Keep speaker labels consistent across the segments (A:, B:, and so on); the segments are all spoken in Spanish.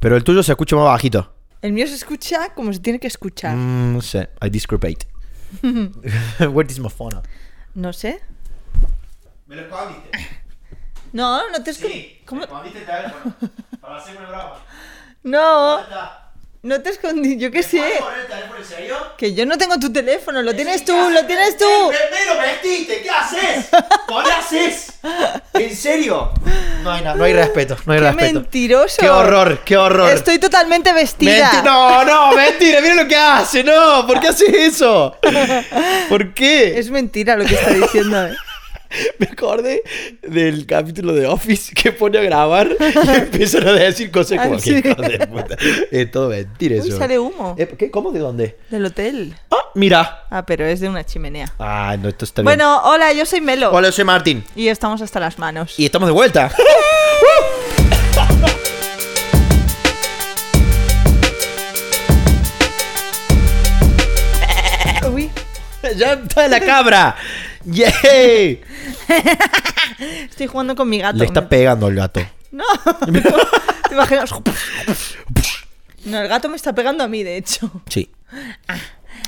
A: Pero el tuyo se escucha más bajito.
B: El mío se escucha como se tiene que escuchar.
A: Mm, no sé. I discrepate. Where is my phone?
B: No sé.
C: Me lo escondiste.
B: No, no te escu-
C: Sí,
B: Ah, ¿Cómo?
C: me escondiste el teléfono. Para hacerme brava.
B: No,
C: ¿Dónde está?
B: no te escondí, yo qué
C: ¿Puedes
B: sé.
C: poner el teléfono en serio?
B: Que yo no tengo tu teléfono, lo tienes
C: ¿Qué
B: tú,
C: haces?
B: lo tienes tú.
C: Me, me lo metiste, ¿qué haces? ¿Qué haces? ¿En serio?
A: No hay, na- no hay respeto. No hay
B: Qué
A: respeto.
B: mentiroso.
A: Qué horror, qué horror.
B: Estoy totalmente vestida.
A: Menti- no, no, mentira. Mira lo que hace. No, ¿por qué haces eso? ¿Por qué?
B: Es mentira lo que está diciendo. ¿eh?
A: Me acordé del capítulo de Office que pone a grabar y empiezan a decir cosas como
B: Ah,
A: que
B: sí.
A: hijo de puta. Es todo mentira eso.
B: Uy, sale humo
A: Eh, ¿qué? ¿Cómo? ¿De dónde?
B: del hotel.
A: Ah, mira.
B: Ah, pero es de una chimenea.
A: Ah, no, esto está bien.
B: Bueno, hola, yo soy Melo.
A: Hola, soy Martín.
B: Y estamos hasta las manos.
A: Y estamos de vuelta.
B: Uy,
A: ya está la cabra. ¡Yay!
B: estoy jugando con mi gato.
A: Le está
B: Me-
A: pegando al gato.
B: No. ¿Te imaginas? No, el gato me está pegando a mí, de hecho.
A: Sí.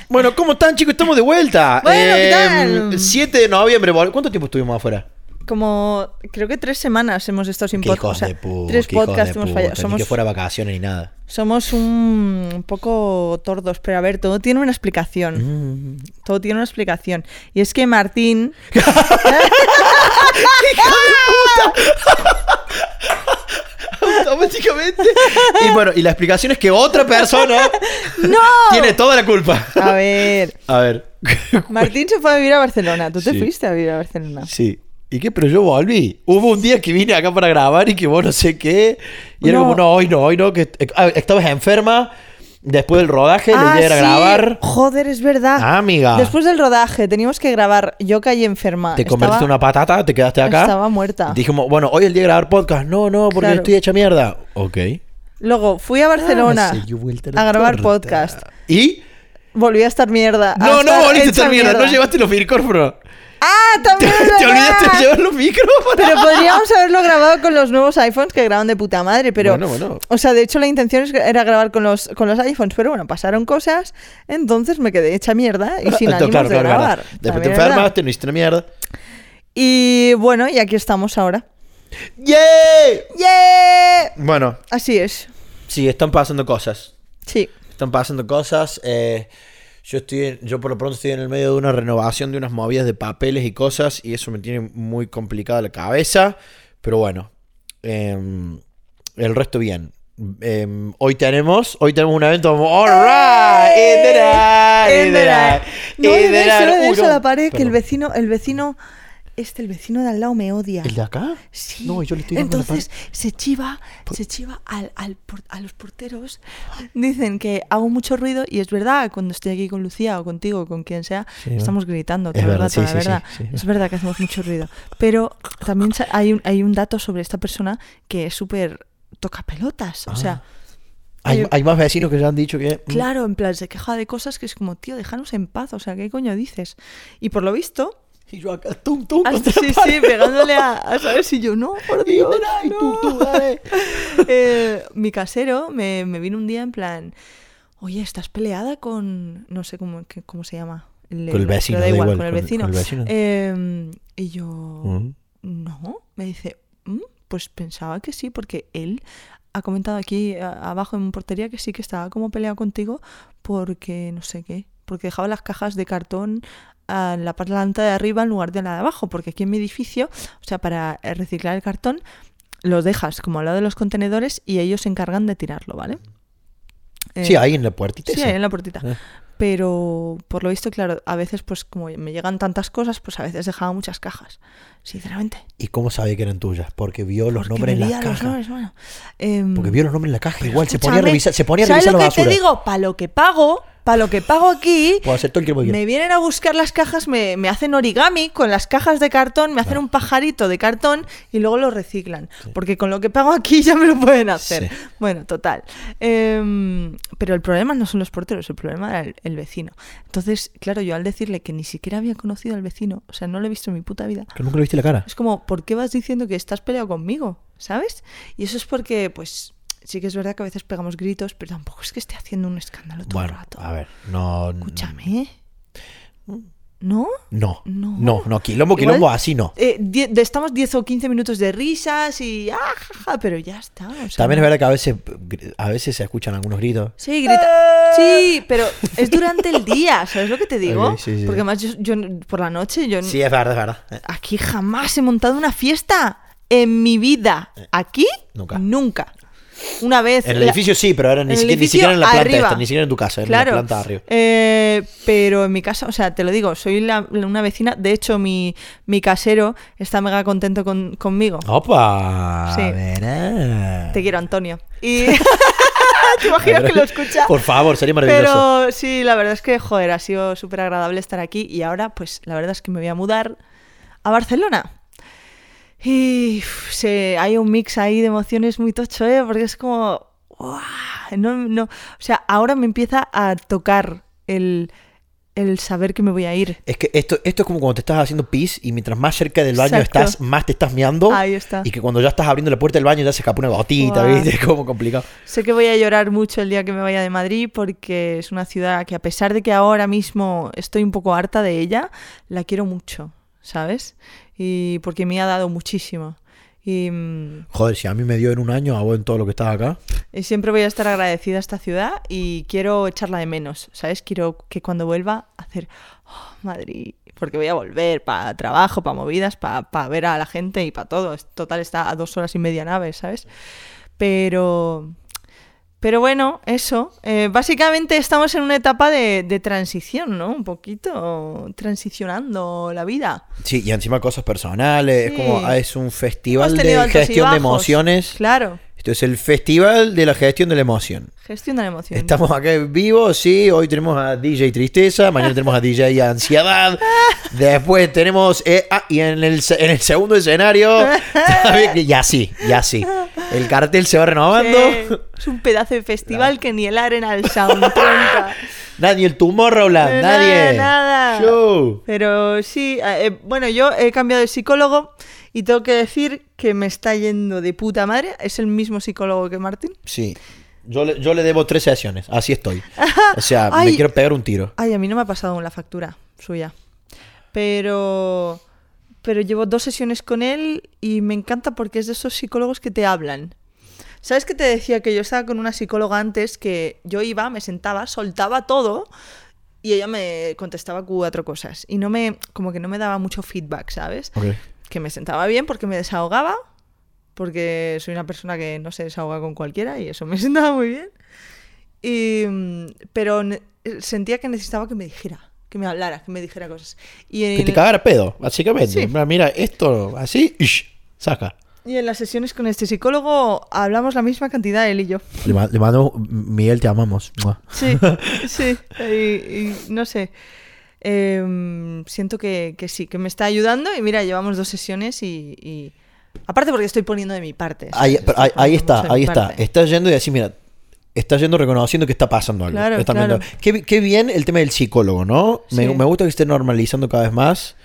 A: Bueno, ¿cómo están, chicos? Estamos de vuelta.
B: Bueno, ¿qué tal?
A: 7 de noviembre. vol- ¿Cuánto tiempo estuvimos afuera?
B: Como creo que tres semanas hemos estado sin
A: Qué
B: podcast.
A: hijos de puta.
B: tres
A: qué hijos
B: podcasts
A: de
B: hemos
A: puta,
B: fallado.
A: ni
B: Somos,
A: que fuera vacaciones ni nada.
B: somos un, un poco tordos, pero a ver, todo tiene una
A: Mm,
B: explicación. Todo tiene una explicación. Y es que Martín.
A: Automáticamente. y bueno, y la explicación es que otra persona
B: ¡No!
A: tiene toda la culpa.
B: A ver.
A: A ver.
B: Martín se fue a vivir a Barcelona. Tú te
A: Sí.
B: fuiste a vivir a Barcelona.
A: sí. ¿Y qué? Pero yo volví. Hubo un día que vine acá para grabar y que vos no sé qué. Y era
B: No.
A: como, no, hoy no, hoy no. Que, ah, estabas enferma. Después del rodaje, le
B: Ah,
A: llegué a
B: sí.
A: grabar.
B: Joder, es verdad.
A: Ah, amiga.
B: Después del rodaje teníamos que grabar. Yo caí enferma.
A: Te
B: Estaba-
A: convertiste en una patata, te quedaste acá.
B: estaba muerta.
A: Dijimos, bueno, hoy es el día de grabar podcast. No, no, porque
B: Claro.
A: estoy hecha mierda. Ok.
B: Luego fui a Barcelona
A: Ah, se dio vuelta la
B: a grabar
A: torta.
B: podcast.
A: ¿Y?
B: Volví a estar mierda. a
A: No, no
B: estar
A: volviste a
B: hecha
A: estar mierda. No llevaste los micrófonos.
B: Ah,
A: Te,
B: también. es
A: te olvidaste de
B: verdad!
A: llevar los micrófonos.
B: Pero podríamos haberlo grabado con los nuevos iPhones que graban de puta madre, pero...
A: Bueno, bueno.
B: O sea, de hecho la intención es- era grabar con los, con los iPhones, pero bueno, pasaron cosas, entonces me quedé hecha mierda pues, y sin
A: Ah,
B: ánimos de grabar.
A: Después te
B: También es verdad.
A: enfermaste, no hiciste una mierda.
B: Y bueno, y aquí estamos ahora.
A: ¡Yay!
B: ¡Yeah!
A: Bueno,
B: Así es.
A: sí, están pasando cosas.
B: Sí.
A: Están pasando cosas. eh, yo estoy, en- yo por lo pronto estoy en el medio de una renovación de unas movidas de papeles y cosas y eso me tiene muy complicada la cabeza. Pero bueno, em, el resto bien. Em, hoy tenemos, hoy tenemos un evento. All right, in the night, in the night,
B: No,
A: in the
B: de eso,
A: night.
B: de
A: Uy,
B: eso
A: no,
B: a la pared, que el
A: perdón.
B: vecino, el vecino, este, el vecino de al lado me odia.
A: ¿El de acá?
B: Sí.
A: No, yo le estoy dando la pared.
B: Entonces se chiva, se chiva al, al por- a los porteros. Dicen que hago mucho ruido y es verdad, cuando estoy aquí con Lucía o contigo o con quien sea,
A: Sí, ¿no?
B: estamos gritando todo
A: Es
B: el
A: verdad,
B: rato,
A: sí,
B: la
A: sí,
B: verdad.
A: sí, sí.
B: Es verdad que hacemos mucho ruido. Pero también sa- hay un, hay un dato sobre esta persona que es súper toca pelotas.
A: Ah,
B: O sea,
A: Hay,
B: Ay,
A: hay más vecinos que ya han dicho que. mm,
B: Claro, en plan, se queja de cosas que es como, tío, déjanos en paz, o sea, ¿qué coño dices? Y por lo visto,
A: mm, Y yo acá, tum, tum,
B: hasta-
A: contra
B: sí,
A: la
B: sí,
A: pared.
B: pegándole a, a saber si yo no, por
A: In
B: Dios.
A: the night,
B: no.
A: tum, tum, dale.
B: Eh, mi casero me, me vino un día en plan, oye, estás peleada con, no sé cómo, qué- cómo se llama. El-
A: Con el
B: pero
A: vecino,
B: Da
A: da
B: igual,
A: igual,
B: con el
A: con-
B: vecino.
A: con el vecino.
B: Eh, y yo,
A: Mm.
B: no, me dice, "Mm, pues pensaba que sí, porque él ha comentado aquí a- abajo en portería que sí que estaba como peleado contigo porque no sé qué, porque dejaba las cajas de cartón a la planta de arriba en lugar de la de abajo, porque aquí en mi edificio, o sea, para eh, reciclar el cartón, los dejas como al lado de los contenedores y ellos se encargan de tirarlo, ¿vale? Eh,
A: Sí, ahí en la puertita.
B: Sí,
A: esa.
B: ahí en la puertita.
A: Eh.
B: Pero por lo visto, claro, a veces, pues como me llegan tantas cosas, pues a veces dejaba muchas cajas, sinceramente.
A: ¿Y cómo sabía que eran tuyas? Porque vio los
B: Porque
A: nombres en
B: veía
A: la
B: los
A: caja.
B: nombres, bueno. Em,
A: Porque vio los nombres en la caja. Igual se ponía a
B: escúchame,
A: revisar, se ponía a
B: ¿sabes
A: revisar
B: lo
A: la
B: que
A: basura.
B: te digo? Para lo que pago, para lo que pago aquí,
A: Puedo hacer todo el que voy
B: me vienen a buscar las cajas, me, me hacen origami con las cajas de cartón, me hacen un pajarito de cartón y luego lo reciclan. Porque con lo que pago aquí ya me lo pueden hacer.
A: Sí.
B: Bueno, total. Em, pero el problema no son los porteros, el problema era el, el vecino. Entonces, claro, yo al decirle que ni siquiera había conocido al vecino, o sea, no lo he visto en mi puta vida,
A: Que nunca le viste la cara.
B: es como, ¿por qué vas diciendo que estás peleado conmigo? ¿Sabes? Y eso es porque, pues, sí que es verdad que a veces pegamos gritos, pero tampoco es que esté haciendo un escándalo todo el
A: Bueno, ah,
B: rato.
A: a ver, no.
B: Escúchame. ¿No?
A: No,
B: No.
A: no, no, quilombo,
B: Igual-
A: quilombo, así no.
B: Eh, die- de- estamos 10 o 15 minutos de risas y. ah, ja, ja, pero ya está. o sea,
A: También es verdad que a veces, a veces se escuchan algunos gritos.
B: Sí, grita. Sí, pero es durante el día, ¿sabes lo que te digo?
A: Eh. Ok, sí, sí.
B: Porque además yo, yo n- por la noche, yo n-
A: Sí, es verdad, es verdad. Eh,
B: aquí jamás he montado una fiesta en mi vida. ¿Aquí?
A: Eh, nunca.
B: Nunca. Una vez.
A: En el
B: la-
A: edificio sí, pero ahora
B: en
A: ni,
B: el
A: siquiera, ni
B: edificio
A: siquiera en la planta
B: arriba.
A: esta, ni siquiera en tu casa, en
B: Claro.
A: la planta de arriba.
B: Eh, pero en mi casa, o sea, te lo digo, soy la- la- una vecina. De hecho, mi, mi casero está mega contento con- conmigo.
A: Ah, ¡Opa!
B: Sí.
A: verá.
B: Te quiero, Antonio. Y. ¿Te imaginas que lo escucha?
A: Por favor, sería maravilloso.
B: Pero sí, la verdad es que, joder, ha sido súper agradable estar aquí y ahora, pues, la verdad es que me voy a mudar a Barcelona. Y uf, se, hay un mix ahí de emociones muy tocho, ¿eh? Porque es como... ¡guau! No, no, o sea, ahora me empieza a tocar el, el saber que me voy a ir.
A: Es que esto, esto es como cuando te estás haciendo pis y mientras más cerca del baño
B: Exacto.
A: estás, más te estás meando.
B: Ahí está.
A: Y que cuando ya estás abriendo la puerta del baño ya se escapa una gotita,
B: Guau.
A: ¿viste? Es como complicado.
B: Sé que voy a llorar mucho el día que me vaya de Madrid porque es una ciudad que a pesar de que ahora mismo estoy un poco harta de ella, la quiero mucho, ¿sabes? Y porque me ha dado muchísimo. Y, mm,
A: Joder, si a mí me dio en un año, a vos en todo lo que estás acá.
B: y Eh, siempre voy a estar agradecida a esta ciudad y quiero echarla de menos, ¿sabes? Quiero que cuando vuelva a hacer "Oh, Madrid, porque voy a volver para trabajo, para movidas, para ver a la gente y para todo. Es- Total, está a dos horas y media nave, ¿sabes? Pero, pero bueno, eso. Eh, básicamente estamos en una etapa de, de transición, ¿no? Un poquito transicionando la vida.
A: Sí, y encima cosas personales.
B: Sí.
A: Es como, ah, es un festival
B: Hemos tenido
A: de
B: altos y
A: gestión
B: bajos.
A: de emociones.
B: Claro,
A: Esto es el festival de la gestión de la emoción.
B: gestión de la emoción.
A: Estamos acá en vivo, sí. Hoy tenemos a DJ Tristeza, mañana tenemos a DJ Ansiedad. Después tenemos. eh, ah, y en el, se- en el segundo escenario. también- y así, y así. El cartel se va renovando.
B: Sí, es un pedazo de festival que ni el Arenal Sound tronca.
A: Nadie, el tumor, Roland,
B: Eh,
A: nadie.
B: nada, nada.
A: Yo.
B: Pero sí, eh, bueno, yo he cambiado de psicólogo y tengo que decir que me está yendo de puta madre. Es el mismo psicólogo que Martín.
A: Sí. Yo le, yo le debo tres sesiones, así estoy. O sea, me
B: Ay.
A: quiero pegar un tiro.
B: Ay, a mí no me ha pasado aún la factura suya. Pero. Pero llevo dos sesiones con él y me encanta porque es de esos psicólogos que te hablan. ¿Sabes que te decía que yo estaba con una psicóloga antes que yo iba, me sentaba, soltaba todo y ella me contestaba cuatro cosas y no me como que no me daba mucho feedback, ¿sabes?
A: Ok.
B: que me sentaba bien porque me desahogaba, porque soy una persona que no se desahoga con cualquiera y eso me sentaba muy bien. Y, mm, pero ne- sentía que necesitaba que me dijera, que me hablara, que me dijera cosas. Y en,
A: Que te cagara pedo, básicamente.
B: Sí.
A: Mira, Mira, esto así, ish, saca.
B: y en las sesiones con este psicólogo hablamos la misma cantidad, él y yo.
A: Le, ma- le mando, Miguel, te amamos. Mua.
B: Sí, sí, y, y no sé. Em, siento que, que sí, que me está ayudando y mira, llevamos dos sesiones y... y- Aparte porque estoy poniendo de mi parte. ¿sabes?
A: Ahí,
B: Estoy
A: pero ahí- ahí
B: poniendo
A: está,
B: mucho de
A: ahí
B: mi
A: está.
B: parte.
A: Estás yendo y así, mira, estás yendo reconociendo que está pasando algo.
B: Claro,
A: Está
B: claro.
A: viendo- Qué, bi- qué bien el tema del psicólogo, ¿no? Me,
B: Sí.
A: me gusta que esté normalizando cada vez más,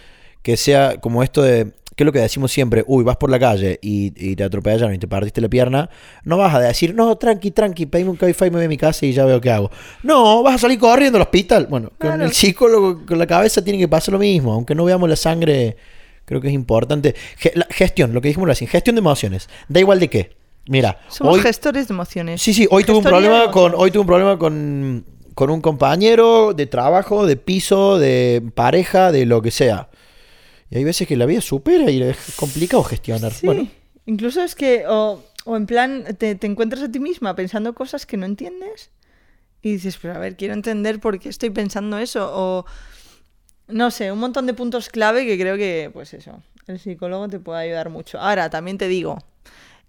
A: que sea como esto de, que es lo que decimos siempre, uy, vas por la calle y, y te atropellaron y te partiste la pierna, no vas a decir, no, tranqui, tranqui, pedime un Cabify, me voy a mi casa y ya veo qué hago. No, vas a salir corriendo al hospital. Bueno, con
B: Claro.
A: el psicólogo, con la cabeza tiene que pasar lo mismo, aunque no veamos la sangre. Creo que es importante. Ge- la gestión, lo que dijimos recién, gestión de emociones. Da igual de qué. Mira,
B: Somos
A: hoy,
B: gestores de emociones.
A: sí, sí, hoy tuve un
B: gestoría de
A: problema con,
B: emociones.
A: hoy tuve un problema con, con un compañero de trabajo, de piso, de pareja, de lo que sea. Y hay veces que la vida supera y es complicado gestionar.
B: Sí,
A: Bueno,
B: incluso es que, o, o en plan, te, te encuentras a ti misma pensando cosas que no entiendes y dices, pero a ver, quiero entender por qué estoy pensando eso, o no sé, un montón de puntos clave que creo que, pues eso, el psicólogo te puede ayudar mucho. Ahora, también te digo,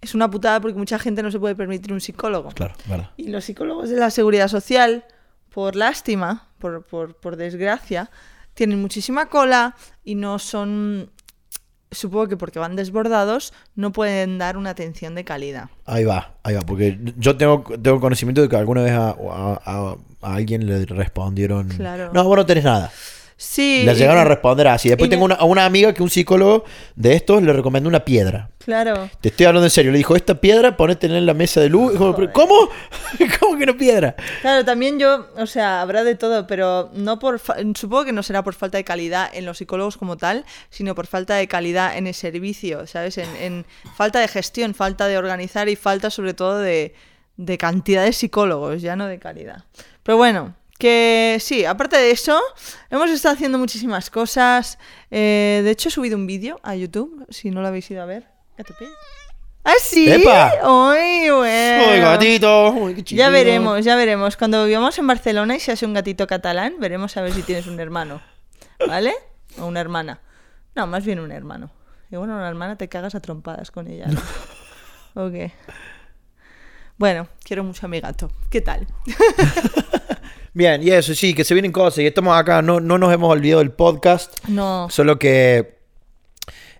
B: es una putada porque mucha gente no se puede permitir un psicólogo.
A: claro, verdad.
B: Y los psicólogos de la seguridad social, por lástima, por, por- por desgracia, tienen muchísima cola y no son, supongo que porque van desbordados, no pueden dar una atención de calidad.
A: Ahí va, ahí va, porque yo tengo, tengo conocimiento de que alguna vez a, a- a- a alguien le respondieron,
B: Claro.
A: no, vos no tenés nada.
B: Sí.
A: Le
B: y-
A: llegaron a responder así. Después
B: y
A: tengo una,
B: le-
A: a una amiga que un psicólogo de estos le recomendó una piedra.
B: Claro.
A: Te estoy hablando en serio. Le dijo, esta piedra, ponétela en la mesa de luz. Y dijo,
B: Joder.
A: ¿Cómo? ¿Cómo que no piedra?
B: Claro, también yo, o sea, habrá de todo, pero no por fa- supongo que no será por falta de calidad en los psicólogos como tal, sino por falta de calidad en el servicio, ¿sabes? En, en falta de gestión, falta de organizar y falta sobre todo de, de cantidad de psicólogos, ya no de calidad. Pero bueno, que sí, aparte de eso, hemos estado haciendo muchísimas cosas. Eh, de hecho, he subido un vídeo a YouTube, si no lo habéis ido a ver. ¿Qué te pide? ¡Ah, sí!
A: ¡Epa!
B: ¡Ay, bueno!
A: Uy, gatito. uy, qué
B: Eh, Ya
A: chiquillo.
B: veremos, ya veremos. Cuando vivamos en Barcelona y seas un gatito catalán, veremos a ver si tienes un hermano. ¿Vale? O una hermana. No, más bien un hermano. Y bueno, una hermana te cagas a trompadas con ella. ¿no? ok. Bueno, quiero mucho a mi gato. ¿Qué tal?
A: Bien, y eso, sí, que se vienen cosas. Y estamos acá, no, no nos hemos olvidado del podcast.
B: No.
A: Solo que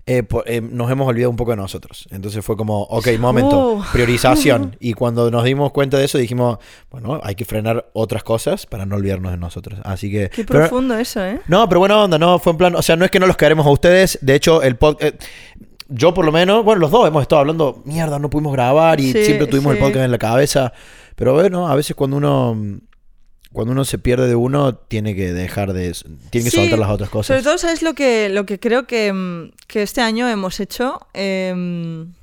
A: eh, po- eh, nos hemos olvidado un poco de nosotros. Entonces fue como, ok, momento,
B: Uh.
A: priorización. Y cuando nos dimos cuenta de eso dijimos, bueno, hay que frenar otras cosas para no olvidarnos de nosotros. Así que...
B: Qué
A: pero-
B: profundo eso, ¿eh?
A: no, pero buena onda, no, fue en plan, o sea, no es que no los queremos a ustedes, de hecho, el podcast, yo por lo menos, bueno, los dos hemos estado hablando, mierda, no pudimos grabar y
B: Sí,
A: siempre tuvimos el
B: sí.
A: podcast en la cabeza, pero bueno, a veces cuando uno, cuando uno se pierde de uno, tiene que dejar de, tiene que
B: Sí,
A: soltar las otras
B: Sobre
A: cosas.
B: todo, ¿sabes lo que, lo que creo que, mm, que este año hemos hecho? Em,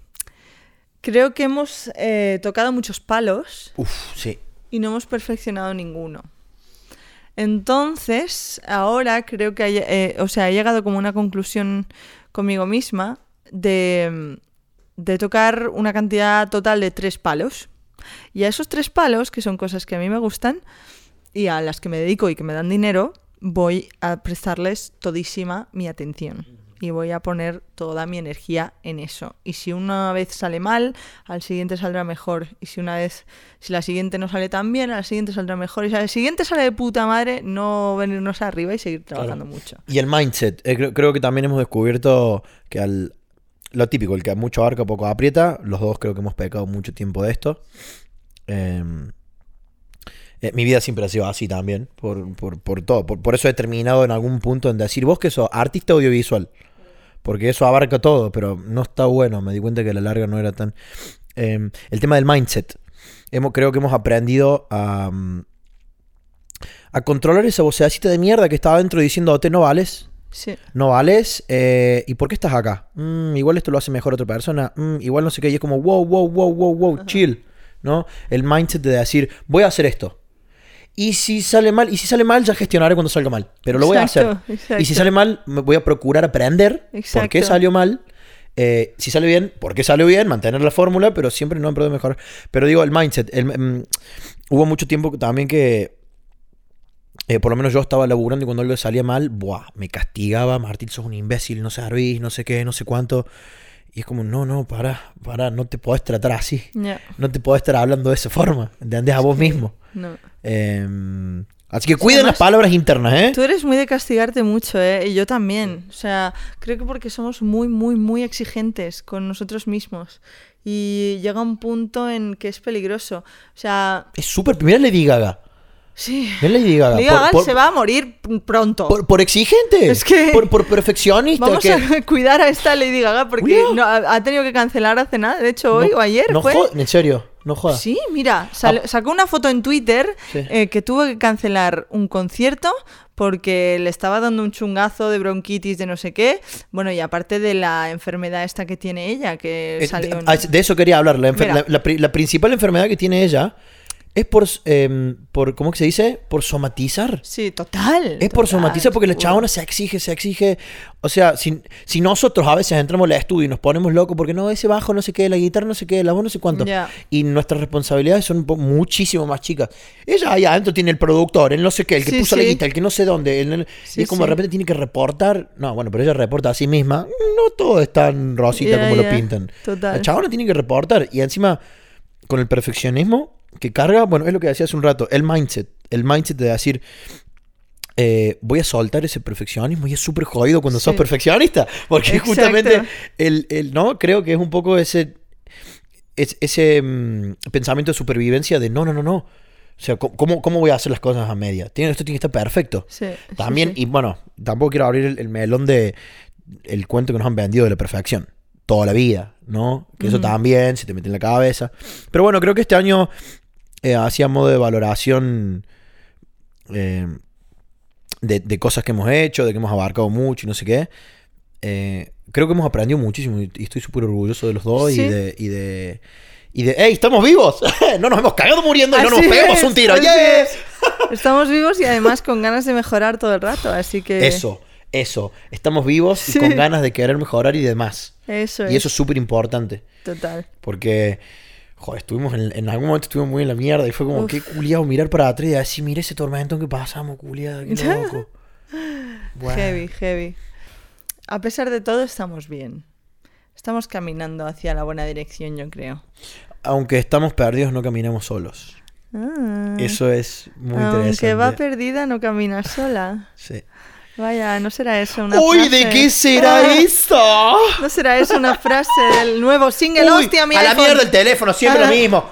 B: creo que hemos eh, tocado muchos palos.
A: Uf, sí.
B: y no hemos perfeccionado ninguno. Entonces, ahora creo que hay- eh, o sea, he llegado como a una conclusión conmigo misma de, mm, de tocar una cantidad total de tres palos. Y a esos tres palos, que son cosas que a mí me gustan y a las que me dedico y que me dan dinero, voy a prestarles todísima mi atención. Y voy a poner toda mi energía en eso. Y si una vez sale mal, al siguiente saldrá mejor. Y si una vez, si la siguiente no sale tan bien, al siguiente saldrá mejor. Y si la siguiente sale de puta madre, no venirnos arriba y seguir trabajando mucho.
A: Y el mindset, eh, creo, creo que también hemos descubierto que al, lo típico, el que mucho arca poco aprieta, los dos creo que hemos pecado mucho tiempo de esto. Em, Eh, mi vida siempre ha sido así también, por, por, por todo. Por, por eso he terminado en algún punto en decir, vos que sos artista audiovisual. Porque eso abarca todo, pero no está bueno. Me di cuenta que a la larga no era tan... Eh, el tema del mindset. Hemos, creo que hemos aprendido a... mm, a controlar esa vocecita de mierda que estaba dentro diciéndote no vales,
B: Sí.
A: no vales, eh, ¿y por qué estás acá? Mm, igual esto lo hace mejor otra persona, Mm, igual no sé qué, y es como wow, wow, wow, wow, wow, chill, ¿no? El mindset de decir, voy a hacer esto. Y si sale mal, y si sale mal, ya gestionaré cuando salga mal, pero lo voy a hacer.
B: Exacto,
A: Y si
B: exacto.
A: sale mal, me voy a procurar aprender por qué
B: Exacto.
A: salió mal. Eh, si sale bien, ¿por qué salió bien? Mantener la fórmula, pero siempre no en pro de mejorar. Pero digo, el mindset. el- mm, hubo mucho tiempo también que eh, por lo menos yo estaba laburando y cuando algo salía mal, buah, me castigaba, Martín, sos un imbécil, no servís, no sé qué, no sé cuánto. Y es como, no, no, para, para, no te podés tratar así.
B: Ya.
A: No te podés estar hablando de esa forma. ¿Entendés? A vos mismo.
B: No.
A: Em, así que cuiden
B: además,
A: las palabras internas, ¿eh?
B: Tú eres muy de castigarte mucho, ¿eh? Y yo también. O sea, creo que porque somos muy, muy, muy exigentes con nosotros mismos. Y llega un punto en que es peligroso. O sea,
A: Es súper. Mira Lady Gaga.
B: sí.
A: Mira Lady Gaga.
B: Lady
A: Por-
B: Gaga
A: por-
B: se va a morir pronto.
A: Por, por exigente.
B: Es que-
A: Por, por perfeccionista.
B: Vamos
A: que-
B: a cuidar a esta Lady Gaga porque
A: Julia.
B: no, ha, ha tenido que cancelar hace nada. De hecho, hoy
A: no-
B: o ayer
A: No
B: fue.
A: jodas, en serio. No jodas.
B: Sí, mira, sal- sacó una foto en Twitter
A: Pues Sí.
B: eh, que tuvo que cancelar un concierto porque le estaba dando un chungazo de bronquitis, de no sé qué. Bueno, y aparte de la enfermedad esta que tiene ella, que
A: Eh,
B: salió...
A: de, ah, de eso quería hablar. La, enfer-
B: Mira.
A: la- la pri- la principal enfermedad que tiene ella es por, eh, por. ¿Cómo que se dice? Por somatizar.
B: Sí, total.
A: Es por
B: total,
A: somatizar porque la
B: seguro.
A: chabona se exige, se exige. O sea, si, si nosotros a veces entramos al estudio y nos ponemos locos porque no, ese bajo no sé qué, la guitarra no sé qué, la voz no sé cuánto.
B: Ya.
A: Y nuestras responsabilidades son un po- muchísimo más chicas. Ella ahí adentro tiene el productor, el no sé qué, el que
B: Sí,
A: puso la
B: sí.
A: guita, el que no sé dónde. el- el- y
B: Sí,
A: es como
B: sí.
A: de repente tiene que reportar. No, bueno, pero ella reporta a sí misma. No todo es tan rosita
B: Ya,
A: como lo
B: ya.
A: pintan.
B: Total.
A: La chabona tiene que reportar. Y encima, con el perfeccionismo que carga, bueno, es lo que decía hace un rato, el mindset. El mindset de decir, eh, voy a soltar ese perfeccionismo y es súper jodido cuando sos
B: Sí.
A: perfeccionista. Porque
B: Exacto.
A: justamente el, el- no, creo que es un poco ese, es- ese mm, pensamiento de supervivencia de no, no, no, no. O sea, ¿cómo- ¿cómo, cómo voy a hacer las cosas a media? Tiene, esto tiene que estar perfecto.
B: Sí, sí,
A: También,
B: sí.
A: y bueno, tampoco quiero abrir el, el melón de el cuento que nos han vendido de la perfección. Toda la vida, ¿no? Que
B: Mm.
A: eso también se te mete en la cabeza. Pero bueno, creo que este año eh, hacía modo de valoración eh, de, de cosas que hemos hecho, de que hemos abarcado mucho y no sé qué. Eh, creo que hemos aprendido muchísimo y y estoy súper orgulloso de los dos
B: Sí.
A: y de... Y de y de, ¡Ey, estamos vivos! ¡No nos hemos cagado muriendo y no
B: Así
A: nos pegamos
B: es,
A: un tiro!
B: así
A: ¡Yes!
B: es. Estamos vivos y además con ganas de mejorar todo el rato, así que...
A: Eso, eso. Estamos vivos y
B: Sí.
A: con ganas de querer mejorar y demás.
B: Eso es.
A: Y eso es súper importante.
B: Total.
A: Porque, joder, estuvimos en, en algún momento estuvimos muy en la mierda y fue como,
B: Uf.
A: qué culiado mirar para atrás y decir, mira ese tormento que pasamos, culiado, qué loco. Buah.
B: Heavy, heavy. A pesar de todo, estamos bien. Estamos caminando hacia la buena dirección, yo creo.
A: Aunque estamos perdidos, no caminamos solos.
B: Ah.
A: Eso es muy interesante.
B: Aunque va perdida, no camina sola.
A: Sí.
B: Vaya, ¿no será eso una
A: ¡Uy,
B: frase?
A: ¿de qué será
B: Ah,
A: eso?
B: ¿No será eso una frase del nuevo single?
A: Uy,
B: ¡Hostia, mi
A: a la
B: iPhone!
A: mierda el teléfono, siempre
B: Ah.
A: lo mismo.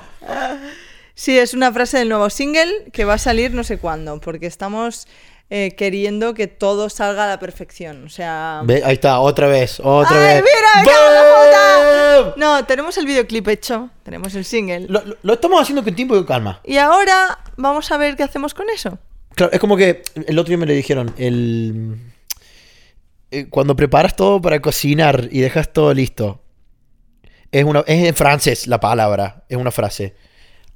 B: Sí, es una frase del nuevo single que va a salir no sé cuándo, porque estamos eh, queriendo que todo salga a la perfección. O sea...
A: Ve, ahí está, otra vez, otra
B: ¡Ay,
A: vez.
B: mira, me cago en la
A: ¡Bam!
B: No, tenemos el videoclip hecho, tenemos el single.
A: Lo, lo- lo estamos haciendo con tiempo y con calma.
B: Y ahora vamos a ver qué hacemos con eso.
A: Claro, es como que el otro día me le dijeron, el... eh, Cuando preparas todo para cocinar y dejas todo listo, es, una, es en francés la palabra, es una frase.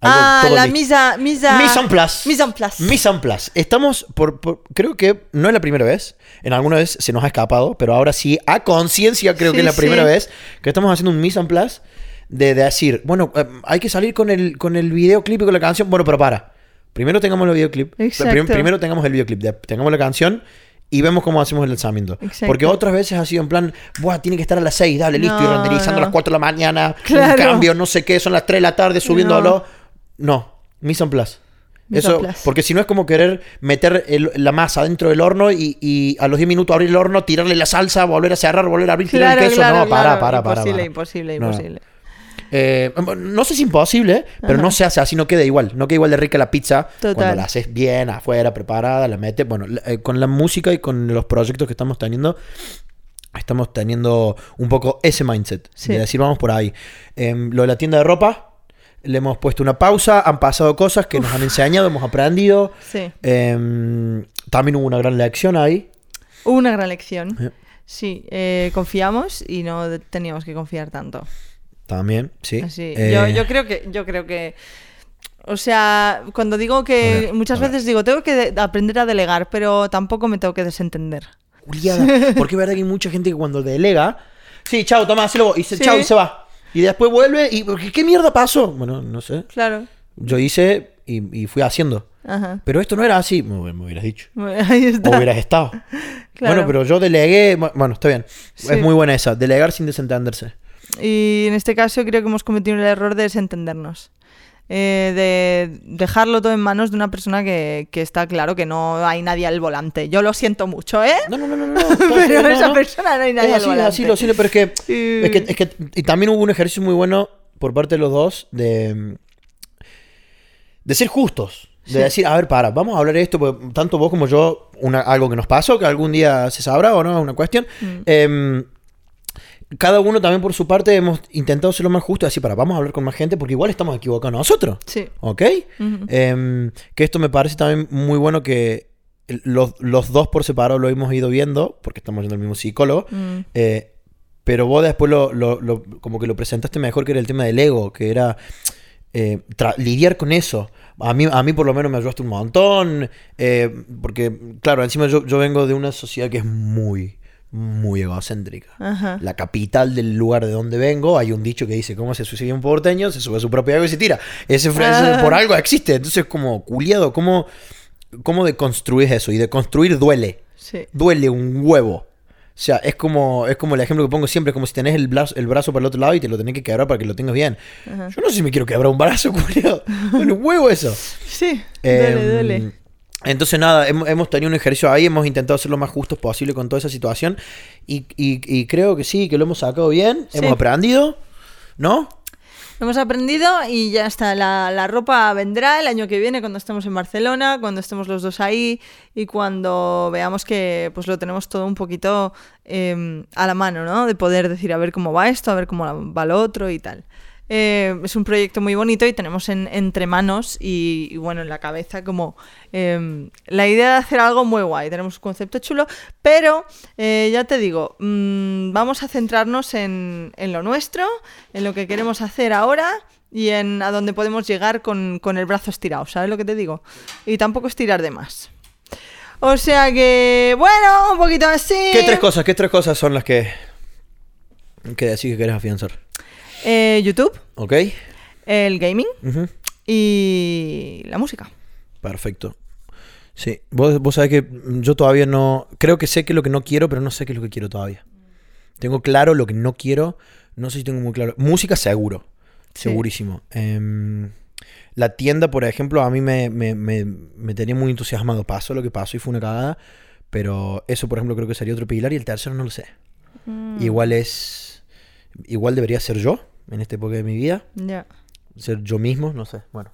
A: Algo
B: ah,
A: todo
B: la
A: listo.
B: misa, misa.
A: Mise en place.
B: Mise en place.
A: Mise en place. Estamos por, por- Creo que no es la primera vez. En alguna vez se nos ha escapado, pero ahora sí, a conciencia, creo
B: Sí,
A: que es la
B: sí.
A: primera vez que estamos haciendo un mise en place de, de decir, bueno, eh, hay que salir con el, con el videoclip y con la canción. Bueno, pero para. Primero tengamos el videoclip.
B: Exacto.
A: Prim- primero tengamos el videoclip, de- tengamos la canción. Y vemos cómo hacemos el lanzamiento.
B: Exacto.
A: Porque otras veces ha sido en plan, Buah, tiene que estar a las 6, dale, listo, y
B: No,
A: renderizando
B: no.
A: a las 4 de la mañana,
B: Claro.
A: un cambio, no sé qué, son las 3 de la tarde, subiéndolo. No, mise en place.
B: Mise
A: Eso,
B: en place.
A: porque si no es como querer meter el- la masa dentro del horno y, y a los 10 minutos abrir el horno, tirarle la salsa, volver a cerrar, volver a abrir, tirar el queso. no, para, para, para.
B: Imposible,
A: para.
B: imposible,
A: No.
B: imposible.
A: Eh, no sé si imposible, pero no se hace así, no queda igual. No queda igual de rica la pizza
B: Total.
A: cuando la haces bien, afuera, preparada, la metes. Bueno, la- eh, con la música y con los proyectos que estamos teniendo, estamos teniendo un poco ese mindset.
B: Sí.
A: De decir, vamos por ahí. Em, lo de la tienda de ropa, le hemos puesto una pausa, han pasado cosas que nos han enseñado, hemos aprendido.
B: Sí.
A: Em, también hubo una gran lección ahí.
B: Hubo Una gran lección.
A: Eh.
B: Sí, eh, confiamos y no de- teníamos que confiar tanto.
A: También, sí.
B: Así.
A: Eh,
B: Yo, yo creo que, yo creo que. O sea, cuando digo que
A: A ver,
B: muchas
A: a ver.
B: veces digo, tengo que de- aprender a delegar, pero tampoco me tengo que desentender.
A: Juliada, Porque es verdad que hay mucha gente que cuando delega. Sí, chao, toma, hazlo vos", Y dice,
B: Sí.
A: chao, y se va. Y después vuelve y. ¿Qué, qué mierda pasó? Bueno, no sé.
B: Claro.
A: Yo hice y, y fui haciendo.
B: Ajá.
A: Pero esto no era así. Me, hub- me hubieras dicho.
B: Ahí está.
A: O hubieras estado.
B: Claro.
A: Bueno, pero yo delegué. bu- Bueno, está bien.
B: Sí.
A: Es muy buena esa. Delegar sin desentenderse.
B: Y en este caso creo que hemos cometido el error de desentendernos. Eh, de dejarlo todo en manos de una persona que, que está claro que no hay nadie al volante. Yo lo siento mucho, ¿eh?
A: No, no, no, no. no, no,
B: Pero
A: no,
B: esa
A: no.
B: persona no hay nadie
A: Es
B: al
A: así, es
B: volante.
A: así, lo siento, pero es que,
B: Y-
A: es que, es que- Y también hubo un ejercicio muy bueno por parte de los dos de. mm, de ser justos. De decir, a ver, para, vamos a hablar de esto, porque tanto vos como yo, una, algo que nos pasó, que algún día se sabrá o no, una cuestión.
B: Mm.
A: Em, cada uno también por su parte hemos intentado ser lo más justo, así para, vamos a hablar con más gente, porque igual estamos equivocados nosotros.
B: Sí.
A: ¿Ok? Em, que esto me parece también muy bueno que el- los, los dos por separado lo hemos ido viendo, porque estamos yendo al mismo psicólogo.
B: Mm.
A: Eh, pero vos después lo, lo- lo- como que lo presentaste mejor que era el tema del ego, que era eh, tra- lidiar con eso. A mí, a mí por lo menos me ayudaste un montón, eh, porque claro, encima yo, yo vengo de una sociedad que es muy, muy egocéntrica.
B: Ajá.
A: La capital del lugar de donde vengo, hay un dicho que dice, ¿cómo se suicida un porteño? Se sube a su propio ego y se tira. Ese frase
B: Ah.
A: por algo existe. Entonces como, culiado, ¿cómo, cómo deconstruís eso? Y deconstruir duele
B: Sí.
A: duele un huevo. O sea, es como, es como el ejemplo que pongo siempre, es como si tenés el brazo, el brazo para el otro lado y te lo tenés que quebrar para que lo tengas bien. Yo no sé si me quiero quebrar un brazo, culiado. Bueno, huevo eso.
B: Sí.
A: Em,
B: duele, duele.
A: Entonces, nada, hem- hemos, tenido un ejercicio ahí, hemos intentado ser lo más justos posible con toda esa situación. Y, y- y creo que sí, que lo hemos sacado bien,
B: Sí.
A: hemos aprendido, ¿no?
B: Lo hemos aprendido y ya está. La, la ropa vendrá el año que viene cuando estemos en Barcelona, cuando estemos los dos ahí y cuando veamos que pues lo tenemos todo un poquito eh, a la mano, ¿no? De poder decir a ver cómo va esto, a ver cómo la- va lo otro y tal. Eh, es un proyecto muy bonito y tenemos en- entre manos y, y, bueno, en la cabeza como eh, la idea de hacer algo muy guay. Tenemos un concepto chulo, pero eh, ya te digo, mm, vamos a centrarnos en, en lo nuestro, en lo que queremos hacer ahora y en a dónde podemos llegar con, con el brazo estirado, ¿sabes lo que te digo? Y tampoco estirar de más. O sea que, bueno, un poquito así.
A: ¿Qué tres cosas, qué tres cosas son las que, que decís que querés afianzar?
B: Eh, YouTube,
A: ¿Ok?
B: el gaming
A: Ujú.
B: y la música.
A: Perfecto. Sí, vos, vos sabés que mm, yo todavía no... Creo que sé que lo que no quiero, pero no sé qué es lo que quiero todavía. Tengo claro lo que no quiero, no sé si tengo muy claro. Música seguro,
B: Sí.
A: segurísimo. Em, la tienda, por ejemplo, a mí me, me- me- me tenía muy entusiasmado. Pasó lo que pasó y fue una cagada, pero eso, por ejemplo, creo que sería otro pilar y el tercero no lo sé. Igual es... Igual debería ser yo en esta época de mi vida
B: Ya.
A: ser yo mismo, no sé. Bueno.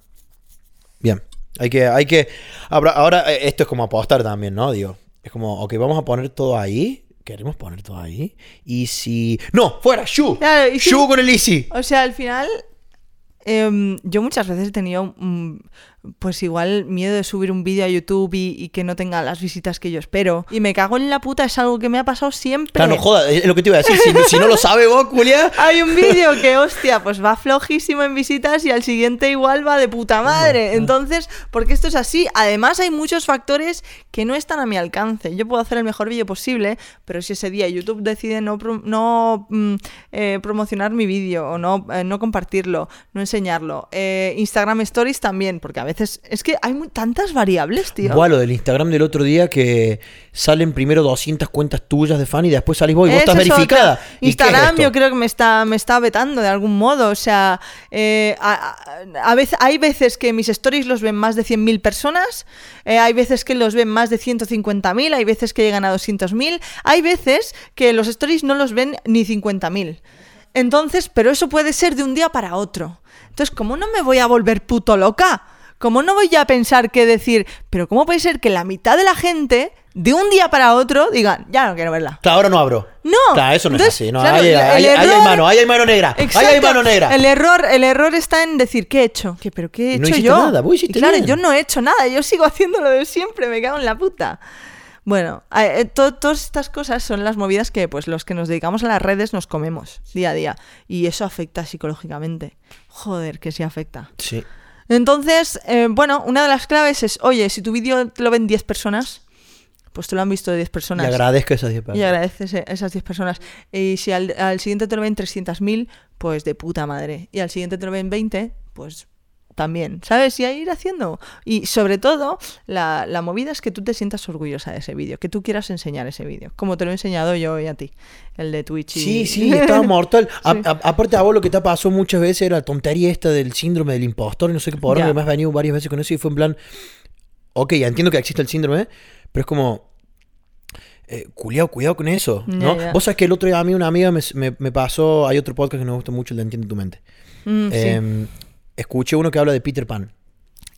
A: Bien. Hay que, hay que. Ahora, ahora, eh, esto es como apostar también, ¿no? Digo. Es como, ok, vamos a poner todo ahí. Queremos poner todo ahí. Y si. ¡No! ¡Fuera! ¡Shu!
B: Claro, y si-
A: ¡Shu con el Easy!
B: O sea, al final, em, yo muchas veces he tenido, mm, pues igual, miedo de subir un vídeo a YouTube y, y que no tenga las visitas que yo espero. Y me cago en la puta, es algo que me ha pasado siempre.
A: Claro, no joda, es lo que te iba a decir. Si, si no lo sabe vos, Julia.
B: Hay un vídeo que, hostia, pues va flojísimo en visitas y al siguiente igual va de puta madre. Entonces, porque esto es así. Además, hay muchos factores que no están a mi alcance. Yo puedo hacer el mejor vídeo posible, pero si ese día YouTube decide no, pro- no mm, eh, promocionar mi vídeo o no, eh, no compartirlo, no enseñarlo. eh, Instagram Stories también, porque a veces es que hay mu- tantas variables, tío.
A: Buah, lo del Instagram del otro día que salen primero 200 cuentas tuyas de fan y después salís vos y vos
B: Esa
A: estás
B: es otra.
A: verificada. ¿Y qué es
B: Instagram
A: esto?
B: yo creo que me está, me está vetando de algún modo. O sea, eh, a, a- a vez- hay veces que mis stories los ven más de 100.000 personas, eh, hay veces que los ven más de 150.000, hay veces que llegan a 200.000, hay veces que los stories no los ven ni 50.000. Entonces, pero eso puede ser de un día para otro. Entonces, ¿cómo no me voy a volver puto loca? ¿Cómo no voy a pensar que decir, pero cómo puede ser que la mitad de la gente de un día para otro digan, ya no quiero verla?
A: Claro, ahora no abro.
B: No.
A: Claro, eso no
B: Entonces,
A: es así. No,
B: claro,
A: ahí,
B: el
A: ahí- ahí hay
B: error-
A: mano, ahí hay mano negra. Ahí hay
B: Exacto.
A: mano negra.
B: El er- error, el error está en decir qué he hecho. Que, pero qué he
A: Y no
B: hecho
A: hiciste
B: yo.
A: nada, vos
B: Y
A: hiciste
B: claro,
A: bien.
B: yo no he hecho nada, yo sigo haciendo lo de siempre, me cago en la puta. Bueno, eh, eh, to- todas estas cosas son las movidas que pues los que nos dedicamos a las redes nos comemos día a día y eso afecta psicológicamente. Joder, que sí afecta.
A: Sí.
B: Entonces, eh, bueno, una de las claves es, oye, si tu vídeo te lo ven 10 personas, pues te lo han visto 10
A: Le
B: personas.
A: agradezco esas 10
B: Y
A: personas.
B: agradeces a esas 10 personas. Y si al, al siguiente te lo ven 300.000, pues de puta madre. Y al siguiente te lo ven 20, pues también, ¿sabes? Y a ir haciendo. Y sobre todo, la, la movida es que tú te sientas orgullosa de ese vídeo, que tú quieras enseñar ese vídeo, como te lo he enseñado yo hoy a ti, el de Twitch. y-
A: Sí, sí, estaba mortal. A- a- aparte a vos lo que te pasó muchas veces era la tontería esta del síndrome del impostor, y no sé qué por
B: Ya.
A: que me has venido varias veces con eso y fue en plan, ok, ya entiendo que existe el síndrome, pero es como, eh, cuidado, cuidado con eso,
B: Ya,
A: ¿no?
B: ya.
A: Vos sabés que el otro día a mí una amiga me, me- me pasó, hay otro podcast que me gusta mucho, el de Entiende tu Mente.
B: Mm, sí,
A: Em, escuché uno que habla de Peter Pan,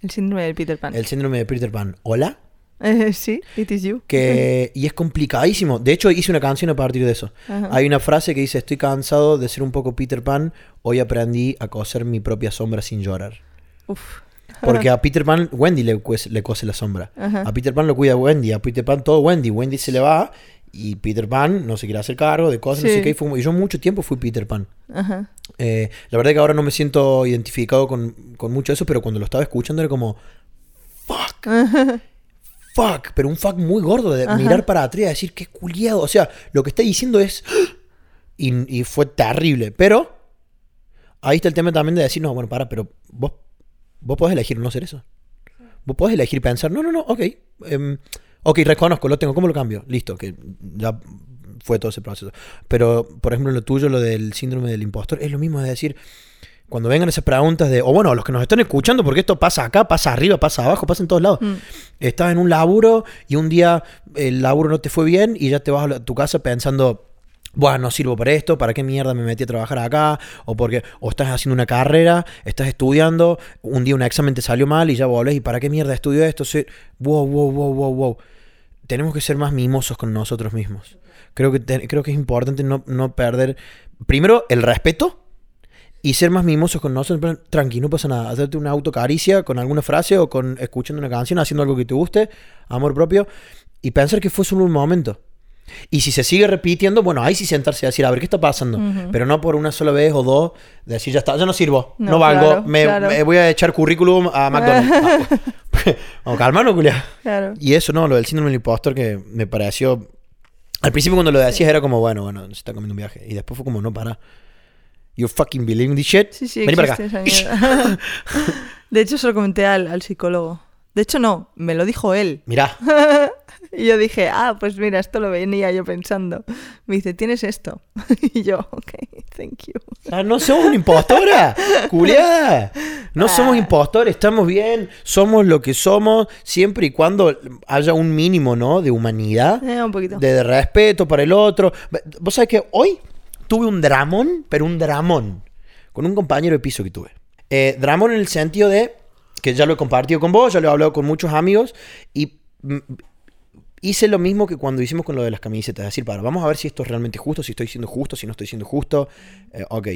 B: el síndrome del Peter Pan.
A: el síndrome de Peter Pan. ¿Hola?
B: Eh, sí, it is you.
A: que y es complicadísimo. De hecho, hice una canción a partir de eso.
B: Ajá.
A: Hay una frase que dice, estoy cansado de ser un poco Peter Pan, hoy aprendí a coser mi propia sombra sin llorar.
B: Uf.
A: Porque a Peter Pan, Wendy le, cuece- le cose la sombra.
B: Ajá.
A: A Peter Pan lo cuida Wendy, a Peter Pan todo Wendy. Wendy se le va y Peter Pan no se quiere hacer cargo de cosas, no
B: Sí.
A: sé qué. Y, fue- y yo mucho tiempo fui Peter Pan.
B: Ajá.
A: Eh, la verdad que ahora no me siento identificado con, con mucho eso, pero cuando lo estaba escuchando era como, fuck. fuck, pero un fuck muy gordo de mirar para atrás y decir, qué culiado. O sea, lo que está diciendo es... ¡Ah! Y, y fue terrible, pero ahí está el tema también de decir, no, bueno, para, pero vos, vos podés elegir no hacer eso. Vos podés elegir pensar, no, no, no, ok. em, ok, reconozco, lo tengo, ¿cómo lo cambio? Listo, que ya fue todo ese proceso. Pero, por ejemplo, lo tuyo, lo del síndrome del impostor, es lo mismo de decir, cuando vengan esas preguntas de, o bueno, los que nos están escuchando, porque esto pasa acá, pasa arriba, pasa abajo, pasa en todos lados.
B: Mm,
A: Estás en un laburo y un día el laburo no te fue bien y ya te vas a la- tu casa pensando, Buah, no sirvo para esto, ¿para qué mierda me metí a trabajar acá? O porque, o estás haciendo una carrera, estás estudiando, un día un examen te salió mal y ya volvés, ¿y para qué mierda estudio esto? Sí, Wow, wow, wow, wow, wow. Tenemos que ser más mimosos con nosotros mismos. Creo que, te- creo que es importante no, no perder, primero, el respeto y ser más mimosos con nosotros. en plan, Tranqui, no pasa nada. Hacerte una autocaricia con alguna frase o con escuchando una canción, haciendo algo que te guste, amor propio, y pensar que fue solo un momento. Y si se sigue repitiendo, bueno, ahí sí sentarse a decir, a ver, ¿qué está pasando? Pero no por una sola vez o dos, decir, ya está, ya no sirvo, no,
B: No,
A: valgo,
B: claro,
A: me,
B: claro.
A: me voy a echar currículum a McDonald's. Ah, Vamos, calmano, culiá.
B: Claro.
A: Y eso, no, lo del síndrome del impostor que me pareció... Al principio cuando lo decías era como, bueno, bueno, se está comiendo un viaje. Y después fue como, no, para. You fucking believe in this shit.
B: Sí, sí,
A: Vení para
B: existe
A: acá.
B: esa mierda. De hecho, se lo comenté al, al psicólogo. De hecho, no, me lo dijo él.
A: Mirá,
B: Y yo dije, ah, pues mira, esto lo venía yo pensando. Me dice, ¿tienes esto? Y yo, ok, thank you.
A: ah, no somos una impostora, culiá.
B: Ah.
A: No somos impostores, estamos bien, somos lo que somos, siempre y cuando haya un mínimo, ¿no? De humanidad.
B: Eh, un poquito.
A: de, de respeto para el otro. Vos sabés que hoy tuve un dramón, pero un dramón, con un compañero de piso que tuve. Eh, dramón en el sentido de que ya lo he compartido con vos, ya lo he hablado con muchos amigos y mm, hice lo mismo que cuando hicimos con lo de las camisetas. Es decir, para, vamos a ver si esto es realmente justo, si estoy siendo justo, si no estoy siendo justo. Eh, ok.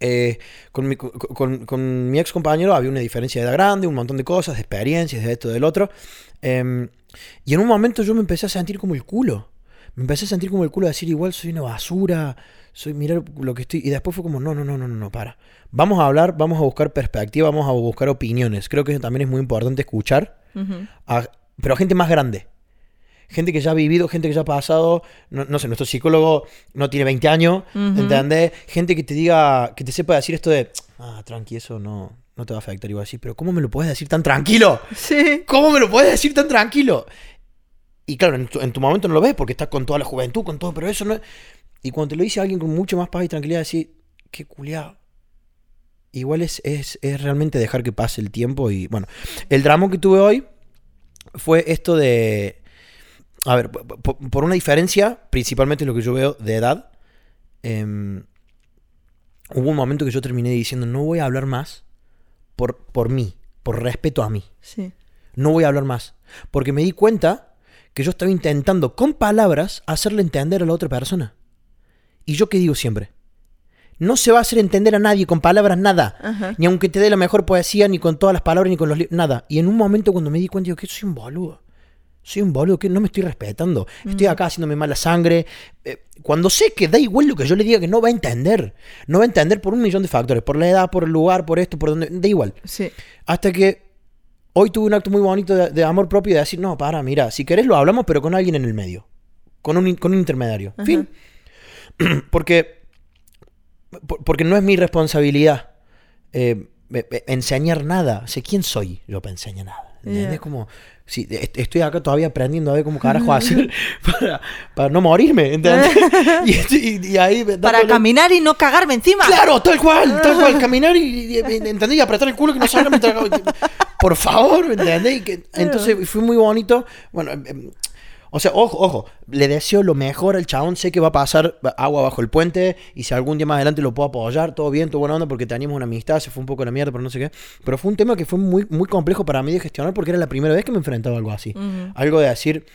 A: Eh, con, mi, co- co- con- con mi ex compañero había una diferencia de edad grande, un montón de cosas, de experiencias, de esto, del otro. Em, y en un momento yo me empecé a sentir como el culo. Me empecé a sentir como el culo de decir, igual soy una basura, soy mirar lo que estoy. Y después fue como, no, no, no, no, no, no, para. Vamos a hablar, vamos a buscar perspectiva, vamos a buscar opiniones. Creo que eso también es muy importante escuchar,
B: Ujú.
A: a- pero a gente más grande. Gente que ya ha vivido, gente que ya ha pasado, no, no sé, nuestro psicólogo no tiene 20 años,
B: Ujú.
A: ¿entendés? Gente que te diga, que te sepa decir esto de, ah, tranqui, eso no, no te va a afectar. Y vos decís, pero ¿cómo me lo puedes decir tan tranquilo?
B: Sí.
A: ¿Cómo me lo puedes decir tan tranquilo? Y claro, en tu, en tu momento no lo ves porque estás con toda la juventud, con todo, pero eso no es... Y cuando te lo dice alguien con mucho más paz y tranquilidad, decís, qué culiado. Igual es, es, es realmente dejar que pase el tiempo y bueno, el drama que tuve hoy fue esto de... A ver, po- po- por, una diferencia, principalmente lo que yo veo de edad, em, hubo un momento que yo terminé diciendo, no voy a hablar más por, por mí, por respeto a mí
B: Sí.
A: no voy a hablar más. Porque me di cuenta que yo estaba intentando con palabras hacerle entender a la otra persona. Y yo que digo siempre, no se va a hacer entender a nadie con palabras nada.
B: Ajá.
A: Ni aunque te dé la mejor poesía, ni con todas las palabras, ni con los libros, nada. Y en un momento cuando me di cuenta, digo, que soy un boludo. Soy un boludo, que no me estoy respetando. Estoy acá haciéndome mala sangre. Eh, cuando sé que da igual lo que yo le diga, que no va a entender. No va a entender por un millón de factores. Por la edad, por el lugar, por esto, por donde... Da igual.
B: Sí.
A: Hasta que hoy tuve un acto muy bonito de, de amor propio de decir, no, para, mira, si querés lo hablamos, pero con alguien en el medio. Con un, in- con un intermediario.
B: Ajá.
A: Fin. porque, por- porque no es mi responsabilidad eh, eh, eh, enseñar nada. Sé quién soy yo para enseñar nada. ¿Entendés?
B: Ya.
A: Como, si eh, est- estoy acá todavía aprendiendo a ver cómo carajo hacer para, para no morirme, ¿entendés? y, y- y ahí...
B: Para
A: dándole-
B: caminar y no cagarme encima. Ah.
A: Claro, tal cual, tal cual. Caminar y, y- y- ¿entendés? Y apretar el culo que no salga mientras... Por favor, ¿entendés? Y que- entonces fue muy bonito. Bueno, em, em, o sea, ojo, ojo. Le deseo lo mejor al chabón. Sé que va a pasar agua bajo el puente y si algún día más adelante lo puedo apoyar, todo bien, todo buena onda, porque teníamos una amistad, se fue un poco a la mierda, pero no sé qué. Pero fue un tema que fue muy, muy complejo para mí de gestionar porque era la primera vez que me enfrentaba a algo así.
B: Ujú.
A: Algo de decir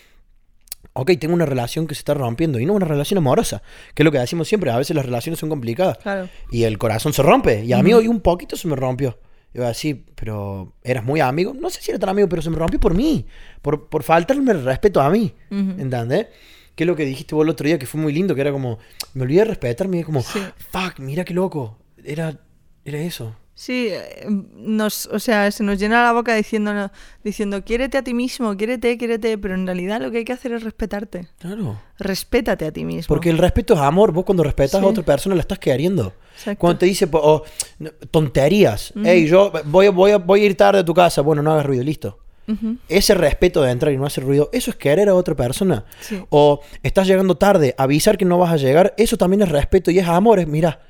A: ok, tengo una relación que se está rompiendo y no una relación amorosa, que es lo que decimos siempre, a veces las relaciones son complicadas
B: Claro.
A: y el corazón se rompe y a mí hoy un poquito se me rompió. Y Yo así, pero eras muy amigo, no sé si era tan amigo, pero se me rompió por mí, por, por faltarme el respeto a mí,
B: Ujú.
A: ¿entendés? Que es lo que dijiste vos el otro día, que fue muy lindo, que era como, me olvidé de respetarme y es como, fuck, mira qué loco, era, era eso.
B: Sí, eh, nos, o sea, se nos llena la boca diciendo, no- diciendo, quiérete a ti mismo, quiérete, quiérete, pero en realidad lo que hay que hacer es respetarte.
A: Claro.
B: Respétate a ti mismo.
A: Porque el respeto es amor. Vos cuando respetas a
B: Sí.
A: otra persona la estás queriendo.
B: Exacto.
A: Cuando te dice po- oh, no, tonterías. Ey, yo voy, a- voy, a- voy a ir tarde a tu casa. Bueno, no hagas ruido, listo.
B: Ujú.
A: Ese respeto de entrar y no hacer ruido, eso es querer a otra persona.
B: Sí.
A: O estás llegando tarde, avisar que no vas a llegar, eso también es respeto y es amor. Es, mira,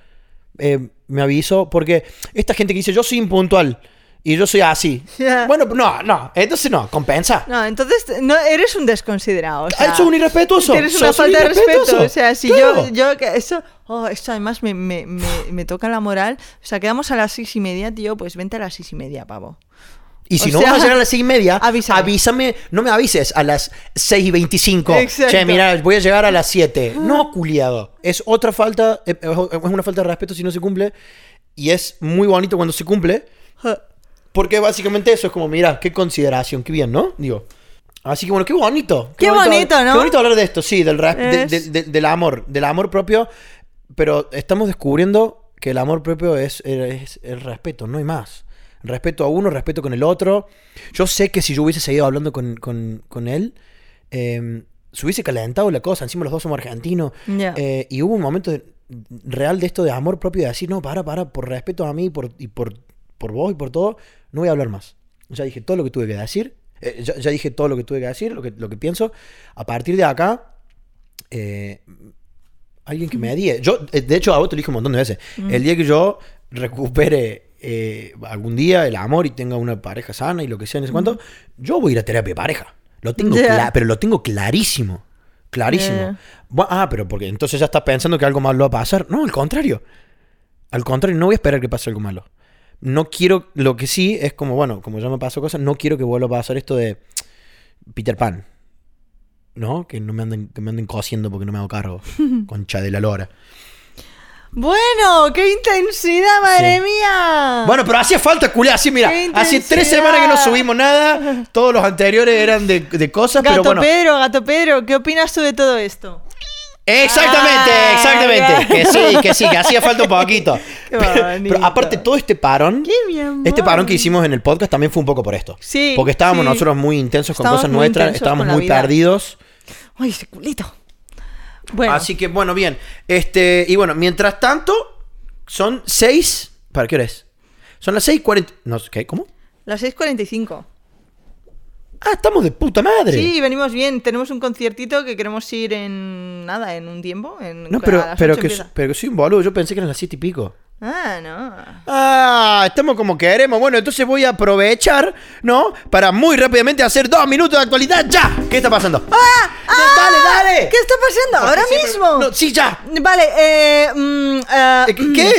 A: eh, me avisó porque esta gente que dice yo soy impuntual. Y yo soy así. Bueno, no, no, entonces no, compensa.
B: No, entonces no, eres un desconsiderado. o sea,
A: Ah, eso es un irrespetuoso.
B: Tienes una
A: sos un
B: falta de respeto.
A: irrespetuoso.
B: O sea, si
A: Claro.
B: yo, yo que eso, oh, esto además me, me, me- me toca la moral. O sea, quedamos a las seis y media, tío, pues vente a las seis y media, pavo.
A: Y si
B: o
A: no
B: sea,
A: vas a llegar a las seis y media,
B: avísame.
A: avísame. no me avises a las seis y veinticinco.
B: Exacto. Ah.
A: Che, mira, voy a llegar a las siete. No, culiado. Es otra falta, eh, es una falta de respeto si no se cumple. Y es muy bonito cuando se cumple. Porque básicamente eso es como, mira, qué consideración, qué bien, ¿no? Digo. Así que bueno, qué bonito.
B: Qué bonito, ¿no?
A: Qué bonito hablar de esto, sí, del, rap- de-
B: Es-
A: de- de- del amor, del amor propio. Pero estamos descubriendo que el amor propio es, es el respeto, no hay más. Respeto a uno, respeto con el otro. Yo sé que si yo hubiese seguido hablando con, con- con él, eh, se hubiese calentado la cosa. Encima los dos somos argentinos.
B: Ya.
A: Eh, y hubo un momento de- real de esto de amor propio, de decir, no, para, para, por respeto a mí por, y por, por vos y por todo, no voy a hablar más. Ya dije todo lo que tuve que decir, eh, ya, ya dije todo lo que tuve que decir, lo que, lo que pienso. A partir de acá, eh, alguien que me adhiere. Yo, eh, de hecho, a vos te lo dije un montón de veces. El día que yo recupere eh, algún día el amor y tenga una pareja sana y lo que sea, no sé cuánto, yo voy a ir a terapia de pareja. Lo tengo
B: Ya.
A: cla- pero lo tengo clarísimo. Clarísimo.
B: Ya.
A: Bu- ah, pero porque entonces ya estás pensando que algo malo va a pasar. No, al contrario. Al contrario, no voy a esperar que pase algo malo. No quiero, lo que sí es como, bueno, como ya me pasó cosas, no quiero que vuelva a pasar esto de Peter Pan. ¿No? Que no me anden, que me anden cosiendo porque no me hago cargo. Concha de la lora.
B: Bueno, qué intensidad, madre
A: Sí.
B: mía.
A: Bueno, pero hacía falta, culé, así, mira.
B: Ah. ¡Qué
A: Hace tres
B: intensidad!
A: semanas que no subimos nada. Todos los anteriores eran de, de cosas,
B: gato
A: pero bueno.
B: Pedro, gato Pedro, ¿qué opinas tú de todo esto?
A: Exactamente,
B: Ah,
A: exactamente.
B: ya.
A: Que sí, que sí, que hacía falta un poquito.
B: Qué
A: pero, pero aparte,
B: bonito.
A: todo este parón.
B: Qué bien.
A: Este parón que hicimos en el podcast también fue un poco por esto.
B: Sí,
A: Porque estábamos
B: sí.
A: nosotros muy intensos con
B: Estábamos
A: cosas
B: muy
A: nuestras,
B: intensos
A: estábamos
B: con la
A: muy
B: vida.
A: perdidos.
B: Ay, ese culito. Bueno,
A: Así que bueno, bien. Este, y bueno, mientras tanto, son seis. ¿Para qué hora es? Son las seis cuarenta. No sé, ¿qué? ¿Cómo?
B: las 6.45.
A: Ah, estamos de puta madre.
B: Sí, venimos bien. Tenemos un conciertito que queremos ir en nada, en un tiempo. En,
A: No,
B: a
A: pero,
B: las
A: pero,
B: ocho
A: que,
B: empieza.
A: pero que soy un boludo. Yo pensé que eran las siete y pico.
B: Ah, no.
A: Ah, estamos como queremos. Bueno, entonces voy a aprovechar, ¿no? Para muy rápidamente hacer dos minutos de actualidad ya. ¿Qué está pasando? ¡Ah! ¡Dale, dale!
B: ¿Qué está pasando? Ah, Ahora
A: Siempre-
B: mismo.
A: No, sí, ya.
B: Vale, eh, mm, ah,
A: Eh,
B: mm.
A: ¿Qué?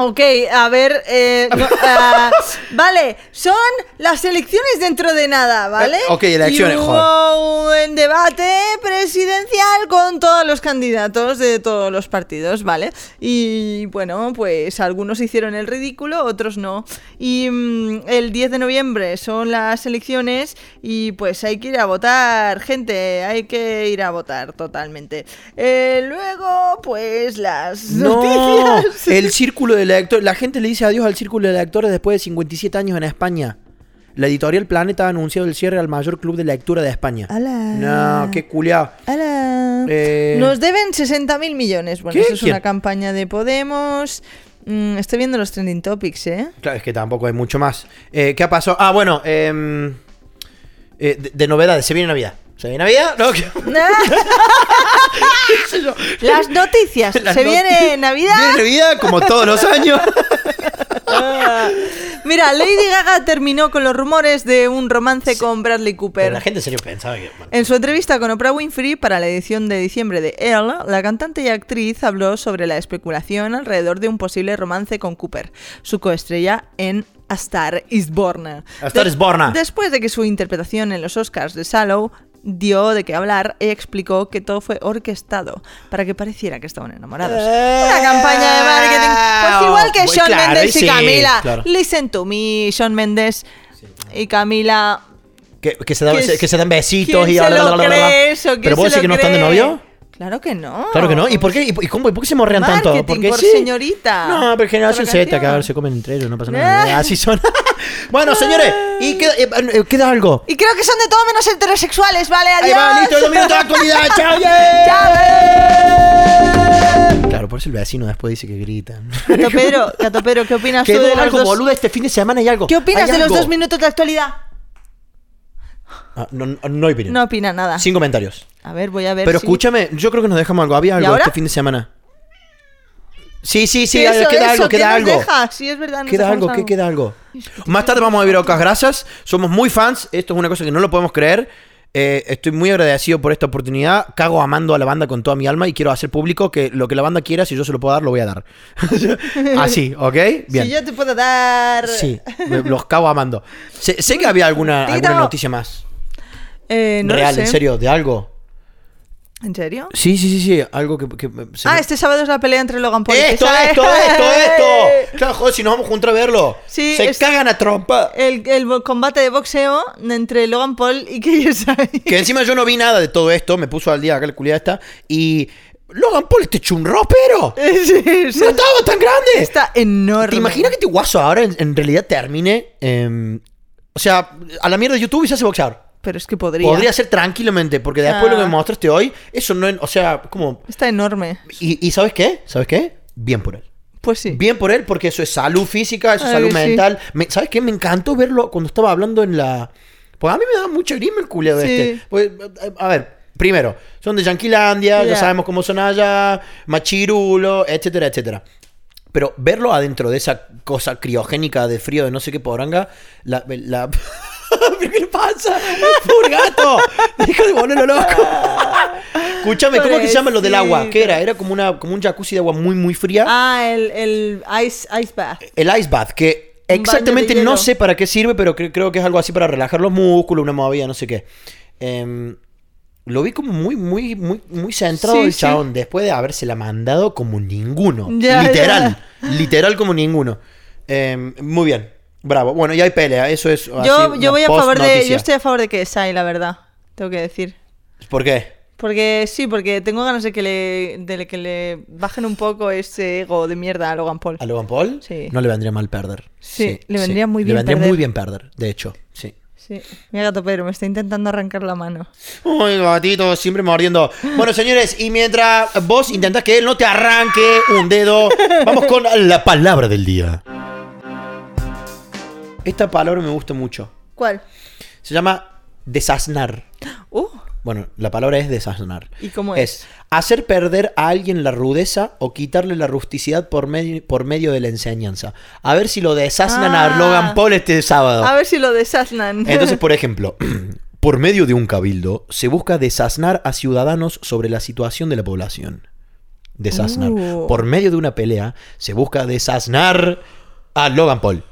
B: Ok, a ver. eh, no, ah, vale, son las elecciones dentro de nada, ¿vale?
A: Eh, ok, elecciones,
B: y hubo un debate presidencial con todos los candidatos de todos los partidos, ¿vale? Y bueno, pues algunos hicieron el ridículo, otros no. Y mm, el 10 de noviembre son las elecciones y pues hay que ir a votar, gente, hay que ir a votar totalmente. Eh, luego, pues las
A: No,
B: noticias.
A: el círculo de lectores. La gente le dice adiós al círculo de lectores después de 57 años en España. La editorial Planeta ha anunciado el cierre al mayor club de lectura de España.
B: Ala.
A: No, qué culiao.
B: Ala.
A: Eh.
B: Nos deben 60.000 millones. Bueno,
A: ¿Qué?
B: eso es
A: ¿Quién?
B: una campaña de Podemos. Mm, estoy viendo los trending topics, ¿eh?
A: Claro, es que tampoco hay mucho más. Eh, ¿Qué ha pasado? Ah, bueno, em, eh, de, de novedades. Se viene Navidad. ¿Se viene Navidad? No, ¿qué?
B: ¡Ah! Las noticias.
A: Las
B: Se
A: noti-
B: viene Navidad.
A: Viene Navidad como todos los años.
B: Mira, Lady Gaga terminó con los rumores de un romance con Bradley
A: Pero
B: Cooper.
A: la gente en serio pensaba que. bueno,
B: En su entrevista con Oprah Winfrey para la edición de diciembre de Elle, la cantante y actriz habló sobre la especulación alrededor de un posible romance con Cooper, su coestrella en A Star is Born.
A: A Star is Born.
B: Después de que su interpretación en los Oscars de Shallow dio de qué hablar y explicó que todo fue orquestado para que pareciera que estaban enamorados.
A: Eh,
B: Una campaña de marketing. Pues igual que
A: bueno,
B: Sean
A: claro,
B: Mendes y
A: sí,
B: Camila.
A: claro.
B: Listen to me, Sean Mendes y Camila.
A: Que, que se, da-
B: ¿Quién
A: se- que se dan besitos
B: ¿Quién
A: y
B: se
A: bla, bla,
B: lo
A: bla, bla, bla.
B: cree eso? ¿Quién
A: Pero vos
B: se
A: decís
B: lo
A: que no están de
B: cree?
A: novio.
B: Claro que no.
A: Claro que no. ¿Y por qué, y, y cómo, y por qué se morrean tanto?
B: Marketing,
A: Porque
B: por
A: sí.
B: señorita.
A: No, pero generación
B: Por la
A: Z, que a
B: canción.
A: ver, se comen entre ellos, no pasa
B: Eh.
A: nada. Así son. bueno, señores, y queda, eh, eh, queda algo.
B: Y creo que son de todo menos heterosexuales, ¿vale?
A: Ahí
B: Adiós.
A: va, listo, dos minutos de actualidad. ¡Chao, yeah! Claro, por eso el vecino después dice que gritan.
B: Gato Pedro, Gato Pedro, ¿qué opinas tú de
A: Quedó
B: los
A: algo,
B: dos?
A: boluda, este fin de semana hay algo.
B: ¿Qué opinas
A: Hay
B: de los
A: algo.
B: dos minutos de actualidad?
A: Ah, no, no, no hay opinión.
B: No opina nada.
A: Sin comentarios.
B: A ver, voy a ver
A: Pero
B: si-
A: este escúchame, yo creo que nos dejamos algo. Había algo
B: ahora?
A: este fin de semana. Sí, sí, sí,
B: Eso,
A: queda
B: eso,
A: algo,
B: ¿qué
A: queda
B: nos
A: algo.
B: deja? Sí, es verdad. nos
A: Queda
B: dejamos
A: algo, ¿qué queda algo? Más tarde vamos a ver Ocas, gracias. Somos muy fans, esto es una cosa que no lo podemos creer. Eh, estoy muy agradecido por esta oportunidad. Cago amando a la banda con toda mi alma y quiero hacer público que lo que la banda quiera, si yo se lo puedo dar, lo voy a dar. Así, ¿ok? Bien.
B: Si yo te puedo dar.
A: Sí, me- los cago amando. Sé, sé que había alguna,
B: Tito.
A: alguna noticia más
B: Eh, no lo
A: real,
B: sé.
A: en serio, de algo.
B: ¿En serio?
A: Sí, sí, sí, sí, algo que... que se
B: Ah,
A: me-
B: este sábado es la pelea entre Logan Paul. y
A: Esto,
B: César.
A: esto, esto, esto. Claro, joder, si nos vamos juntos a verlo.
B: Sí,
A: se
B: es-
A: cagan a trompa.
B: El, el bo- combate de boxeo entre Logan Paul y Kiyosaki.
A: Que encima yo no vi nada de todo esto, me puso al día acá la culiada esta. Y. Logan Paul, este chunro, pero.
B: Sí, sí,
A: ¡No estaba tan grande!
B: Está enorme.
A: ¿Te imaginas que este guaso ahora en, en realidad termine. em, o sea, a la mierda de YouTube y se hace boxeador?
B: Pero es que podría.
A: Podría ser tranquilamente, porque después de lo que
B: Ah.
A: me mostraste hoy, eso no. es- O sea, como.
B: Está enorme.
A: Y, y ¿sabes qué? ¿Sabes qué? Bien por él.
B: Pues sí.
A: Bien por él, porque eso es salud física, eso es
B: Ay,
A: salud
B: sí.
A: mental. Me- ¿Sabes qué? Me encantó verlo cuando estaba hablando en la. Pues a mí me da mucha grima el culiado
B: Sí.
A: este. Pues, a a ver, primero, son de Yanquilandia, ya
B: Ya.
A: sabemos cómo son allá, machirulo, etcétera, etcétera. Pero verlo adentro de esa cosa criogénica de frío de no sé qué poranga, la. la... ¿Qué le pasa? ¡Pobre gato! Deja de volverlo loco. Escúchame, ¿cómo es que se llama lo del agua? ¿Qué era? Era como, una, como un jacuzzi de agua muy, muy fría.
B: Ah, el, el ice, ice bath.
A: El ice bath, que
B: baño de
A: exactamente no
B: hielo.
A: sé para qué sirve, pero cre- creo que es algo así para relajar los músculos, una movida, no sé qué. Em, lo vi como muy, muy, muy, muy centrado
B: Sí,
A: el
B: sí.
A: chabón, después de habérsela mandado como ninguno.
B: Ya,
A: literal. Literal como ninguno. Em, muy bien. Bravo. Bueno, y hay pelea, eso es.
B: Yo, yo voy a favor de. Yo estoy
A: usted
B: a favor de que Sai, la verdad. Tengo que decir.
A: ¿Por qué?
B: Porque sí, porque tengo ganas de que le, de que le bajen un poco ese ego de mierda a Logan Paul.
A: ¿A Logan Paul?
B: Sí.
A: No le vendría mal perder.
B: Sí, le vendría muy bien
A: Le vendría
B: perder.
A: muy bien perder, de hecho. Sí.
B: Sí. Mira, gato Pedro, me está intentando arrancar la mano.
A: Uy, gatito, siempre mordiendo. Bueno, señores, y mientras vos intentás que él no te arranque un dedo, vamos con la palabra del día. Esta palabra me gusta mucho.
B: ¿Cuál?
A: Se llama desaznar.
B: Uh,
A: Bueno, la palabra es desaznar.
B: ¿Y cómo es?
A: hacer perder a alguien la rudeza o quitarle la rusticidad por, medi- por medio de la enseñanza. A ver si lo desaznan
B: Ah.
A: a Logan Paul este sábado.
B: a ver si lo desaznan.
A: Entonces, por ejemplo, por medio de un cabildo se busca desaznar a ciudadanos sobre la situación de la población. Desaznar.
B: Uh.
A: Por medio de una pelea se busca desaznar a Logan Paul.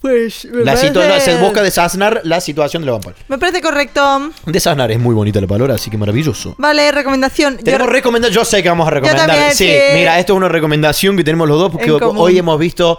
B: pues me
A: La situ-
B: parece-
A: Se busca desaznar la situación de Logan Paul.
B: Me parece correcto.
A: Desaznar es muy bonita la palabra, así que maravilloso.
B: Vale, recomendación. Yo-
A: Tenemos recomendar, yo sé que vamos a recomendar.
B: también,
A: sí,
B: sí.
A: mira, esto es una recomendación que tenemos los dos porque
B: En
A: hoy
B: común.
A: hemos visto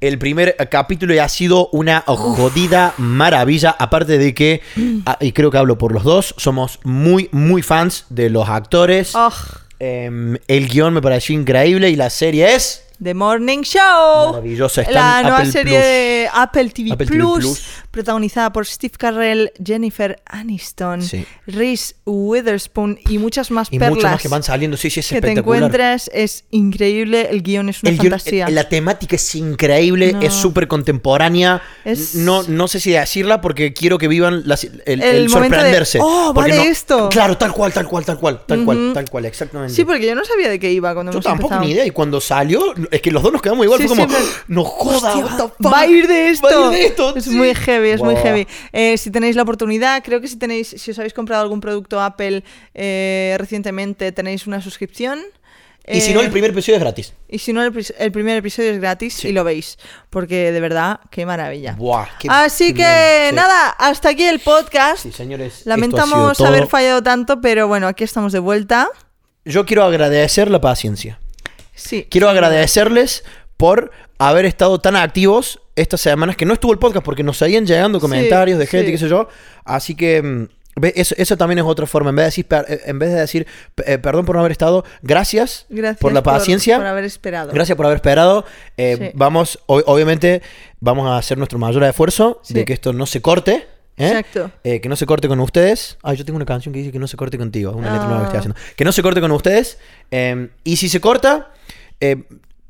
A: el primer capítulo y ha sido una jodida maravilla. Aparte de que, ah, y creo que hablo por los dos, somos muy, muy fans de los actores.
B: Oh,
A: Em, el guión me pareció increíble y la serie es.
B: The Morning Show.
A: Maravillosa, está
B: La
A: en
B: nueva
A: Apple
B: serie
A: Plus.
B: de Apple TV,
A: Apple TV
B: Plus,
A: Plus.
B: protagonizada por Steve Carrell, Jennifer Aniston,
A: Sí.
B: Reese Witherspoon y muchas más
A: Y
B: perlas
A: mucho más que van saliendo. Sí, sí, es
B: que te
A: espectacular.
B: encuentras. Es increíble, el guión es una
A: El guion-
B: fantasía.
A: el- la temática es increíble,
B: No.
A: es súper contemporánea.
B: Es-
A: No, no sé si decirla porque quiero que vivan las- el, el
B: El momento de,
A: sorprenderse.
B: "Oh,
A: Porque
B: vale
A: no-
B: esto".
A: Claro, tal cual, tal cual, tal cual, tal cual, tal cual, exactamente.
B: Sí, porque yo no sabía de qué iba cuando
A: Yo
B: hemos
A: tampoco
B: empezado.
A: ni idea. Y cuando salió, es que los dos nos quedamos igual.
B: Sí,
A: fue como,
B: sí,
A: "¡Ah! no joda,
B: Hostia,
A: what the fuck,
B: Va a ir de esto.
A: Va a ir de esto.
B: Es
A: sí".
B: muy heavy, es muy
A: Wow.
B: heavy. Eh, si tenéis la oportunidad, creo que si tenéis, si os habéis comprado algún producto Apple eh, recientemente, tenéis una suscripción.
A: Y si no,
B: Eh,
A: el primer episodio es gratis.
B: y si no, el, pri- el primer episodio es gratis y lo veis. Porque de verdad, qué maravilla.
A: Buah, qué-
B: Así que
A: qué bien, sí.
B: nada, hasta aquí el podcast.
A: Sí, señores. esto ha
B: Lamentamos
A: sido
B: haber
A: todo.
B: fallado tanto, pero bueno, aquí estamos de vuelta.
A: Yo quiero agradecer la paciencia.
B: Sí.
A: Quiero agradecerles por haber estado tan activos estas semanas que no estuvo el podcast porque nos seguían llegando comentarios de gente,
B: sí.
A: qué sé yo. Así que mm, ve, eso, eso también es otra forma. En vez de decir, per- eh, en vez de decir pe- eh, perdón por no haber estado, gracias,
B: Gracias
A: por la paciencia.
B: por haber esperado.
A: Gracias por haber esperado. Eh,
B: Sí.
A: Vamos, o- obviamente, vamos a hacer nuestro mayor esfuerzo
B: Sí.
A: de que esto no se corte. ¿eh?
B: Exacto.
A: Eh, que no se corte con ustedes. Ay, yo tengo una canción que dice que no se corte contigo. Una letra nueva que estoy
B: Ah.
A: haciendo. Que no se corte con ustedes. Eh, y si se corta, eh,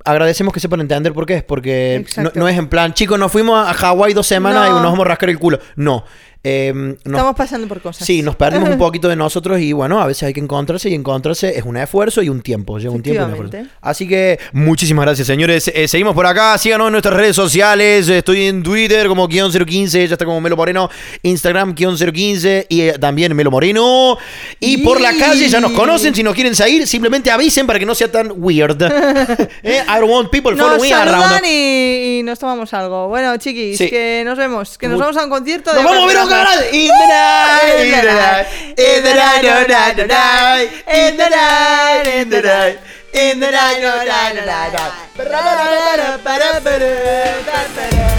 A: agradecemos que sepan entender por qué es. Porque no,
B: Exacto.
A: no es en plan, chicos, nos fuimos a Hawái dos semanas
B: No.
A: y nos vamos a rascar el culo. No. Eh, nos-
B: Estamos pasando por cosas.
A: Sí, nos perdemos un poquito de nosotros y bueno, a veces hay que encontrarse y encontrarse es un esfuerzo y un tiempo. Lleva un tiempo. y un esfuerzo.
B: Efectivamente.
A: Así que muchísimas gracias, señores. Eh, seguimos por acá. Síganos en nuestras redes sociales. Estoy en Twitter como guión 015, ya está como Melo Moreno. Instagram guión 015 y eh, también Melo Moreno. Y por la
B: Y-
A: calle ya nos conocen. Si nos quieren seguir, simplemente avisen para que no sea tan weird. Eh, I don't want people
B: Nos
A: following around.
B: saludan y, y nos tomamos algo. Bueno, chiquis,
A: Sí.
B: que nos vemos. Que nos
A: Mu-
B: vamos a un concierto.
A: Nos
B: de
A: vamos a ver a
B: Juan
A: un
B: Fernández.
A: canal. In the night, in the night, in the night, oh, night, oh, night, in the night, in the night, in the night, oh, night, oh, night, oh, night.